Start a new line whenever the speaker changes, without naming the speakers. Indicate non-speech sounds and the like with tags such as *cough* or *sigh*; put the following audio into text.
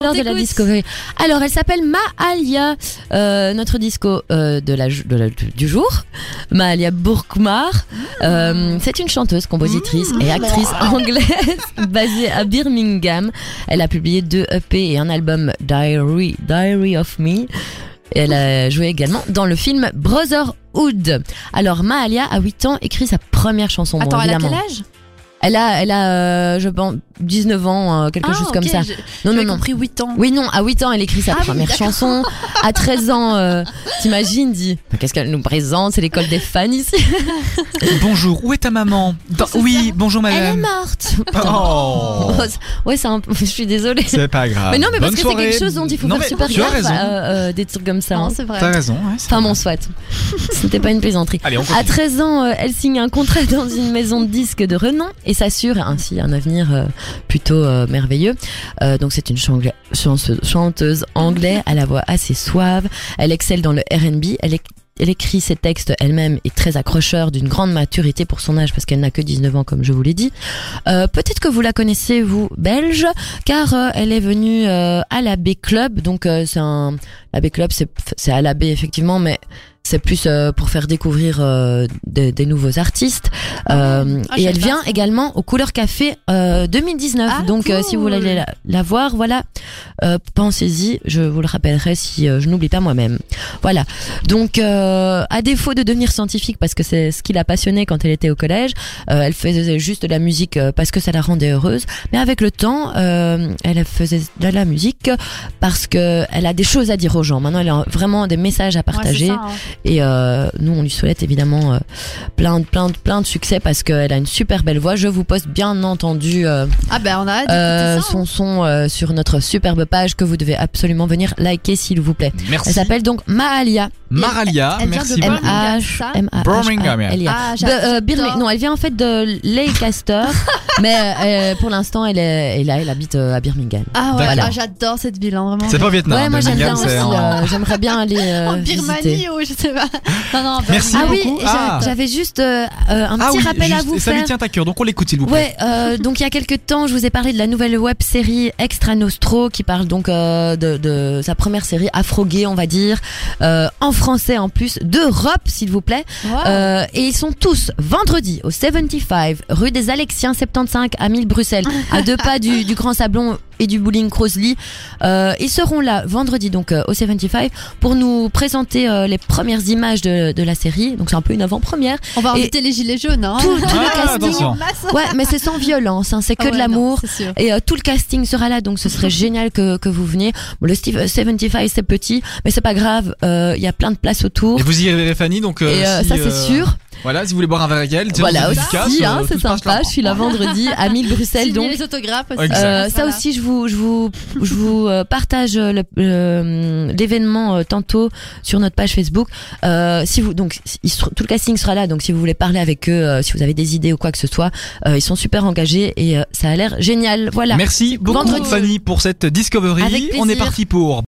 L'heure de la
t'écoute.
Discovery. Alors, elle s'appelle Maalia, euh, notre disco euh, de la, de la- du jour. Maalia Bourkmar. Euh, c'est une chanteuse, compositrice
Mmh.
et actrice anglaise *laughs* basée à Birmingham. Elle a publié deux EP et un album Diary, Diary of Me. Elle a joué également dans le film Brotherhood. Alors, Maalia, à 8 ans, écrit sa première chanson. bon,
Attends, elle a
évidemment.
quel âge Ah,
Elle a, elle a, euh, je pense, 19 ans, euh, quelque chose comme ça. Non, non,
J'ai
non.
compris 8 ans.
Oui, non, à 8 ans, elle écrit sa
Ah oui,
première
d'accord.
chanson. À 13 ans, euh, t'imagines, dit Qu'est-ce qu'elle nous présente C'est l'école des fans ici.
Bonjour, où est ta maman Dans- Oui, bonjour
Elle est
madame.
morte.
Oh
*laughs* ouais, c'est un peu- Je suis désolée.
C'est pas grave.
Mais non, mais parce
Bonne
que c'est quelque
soirée.
chose dont il faut
Non,
faire
mais
super
Tu as
gaffe.
raison.
euh, euh, des trucs comme ça. hein.
Non, c'est vrai.
T'as raison. ouais, c'est
Enfin,
vrai.
bon,
*laughs*
soit. C'était pas une plaisanterie.
Allez, on
À
continue.
13 ans, euh, elle signe un contrat dans une maison de disques de renom et s'assure ainsi un avenir euh, plutôt euh, merveilleux. Euh, donc c'est une changla- chanceuse- chanteuse anglaise à la voix assez suave. Elle excelle dans le R&B. Elle, éc- elle écrit ses textes elle-même et très accrocheur d'une grande maturité pour son âge parce qu'elle n'a que 19 ans comme je vous l'ai dit. Euh, Peut-être que vous la connaissez vous belge car euh, elle est venue euh, à la B Club donc euh, c'est un la B Club c'est c'est à la B effectivement mais c'est plus euh, pour faire découvrir euh, des, des nouveaux artistes. Euh,
Ah, je
et
sais
elle
pas,
vient
ça.
également au Couleur Café euh, 2019.
Ah,
Donc euh,
cool.
si vous voulez aller la, la voir, voilà, euh, pensez-y. Je vous le rappellerai si euh, je n'oublie pas moi-même. Voilà. Donc euh, à défaut de devenir scientifique parce que c'est ce qui l'a passionnée quand elle était au collège, euh, elle faisait juste de la musique euh, parce que ça la rendait heureuse. Mais avec le temps, euh, elle faisait de la musique parce que elle a des choses à dire aux gens. Maintenant, elle a vraiment des messages à partager. Et euh, nous, on lui souhaite évidemment euh, plein, de, plein, de, plein de succès parce qu'elle a une super belle voix. Je vous poste bien entendu euh,
Ah, ben on a hâte
euh,
d'écouter ça.
son son euh, sur notre superbe page que vous devez absolument venir liker s'il vous plaît. Elle
Merci.
s'appelle donc Maalia.
Maralia,
Elle vient de
Ah, merci
Birmingham.
beaucoup.
M-H.
ça
M A H
Birmingham,
A L I A.
Ah,
Be- euh, Birmi-
j'adore.
non, elle vient en fait de Leicester, mais euh, pour l'instant, elle est, et là, elle habite euh, à Birmingham.
Ah ouais,
D'accord.
ah, j'adore cette ville, hein, vraiment.
C'est pas au Vietnam.
ouais, moi j'aime bien
Birmingham,
aussi.
c'est en-
euh, J'aimerais bien aller euh,
En
visiter.
Birmanie ou je sais pas. Non, non, en
Merci
Ah
Birmanie.
oui,
beaucoup.
et j'a-
Ah.
j'avais juste euh, euh, un petit
Ah oui,
rappel à
juste-
vous
et ça
faire.
lui tient à cœur, donc on l'écoute s'il vous plaît.
Ouais,
*laughs*
euh, donc il y a quelques temps, je vous ai parlé de la nouvelle web série Extra Nostro qui parle donc euh, de, de sa première série afroguée, on va dire, euh, en français en plus, d'Europe s'il vous plaît.
Wow.
Euh, et ils sont tous vendredi au 75 rue des Alexiens 75 à 1000 Bruxelles, à deux pas du, du Grand Sablon et du bowling Crosley. Euh, ils seront là vendredi donc euh, au 75 pour nous présenter euh, les premières images de, de la série. Donc c'est un peu une avant-première.
on va
euh, et-
inviter les gilets jaunes. Hein.
Tout, tout
Ah,
le casting.
attention.
Ouais, mais c'est sans violence, hein, c'est que
Ah ouais,
de
non,
l'amour.
c'est sûr.
Et euh, tout le casting sera là, donc ce
*laughs*
serait génial que, que vous veniez. Bon, le Steve 75, c'est petit, mais c'est pas grave, euh, il y a plein de places autour.
Et vous y irez, Fanny, donc. euh,
Et euh,
si,
ça, c'est
euh,
sûr.
Voilà, si vous voulez boire un verre avec elle, dire
Voilà
aux
aussi,
efficaces,
hein,
euh,
c'est
tout se passe
sympa.
là.
Je suis là vendredi à 1000 Bruxelles,
*laughs* Signer
donc.
les autographes aussi.
Exact.
Euh, ça
Voilà.
aussi, je vous, je vous, je vous euh, partage euh, le- le- l'événement euh, tantôt sur notre page Facebook. Euh, si vous, donc, si- ils seront- tout le casting sera là. Donc, si vous voulez parler avec eux, euh, si vous avez des idées ou quoi que ce soit, euh, ils sont super engagés et euh, ça a l'air génial. Voilà.
Merci beaucoup,
Vendredi.
Fanny, pour cette discovery.
Avec
On est
plaisir.
parti pour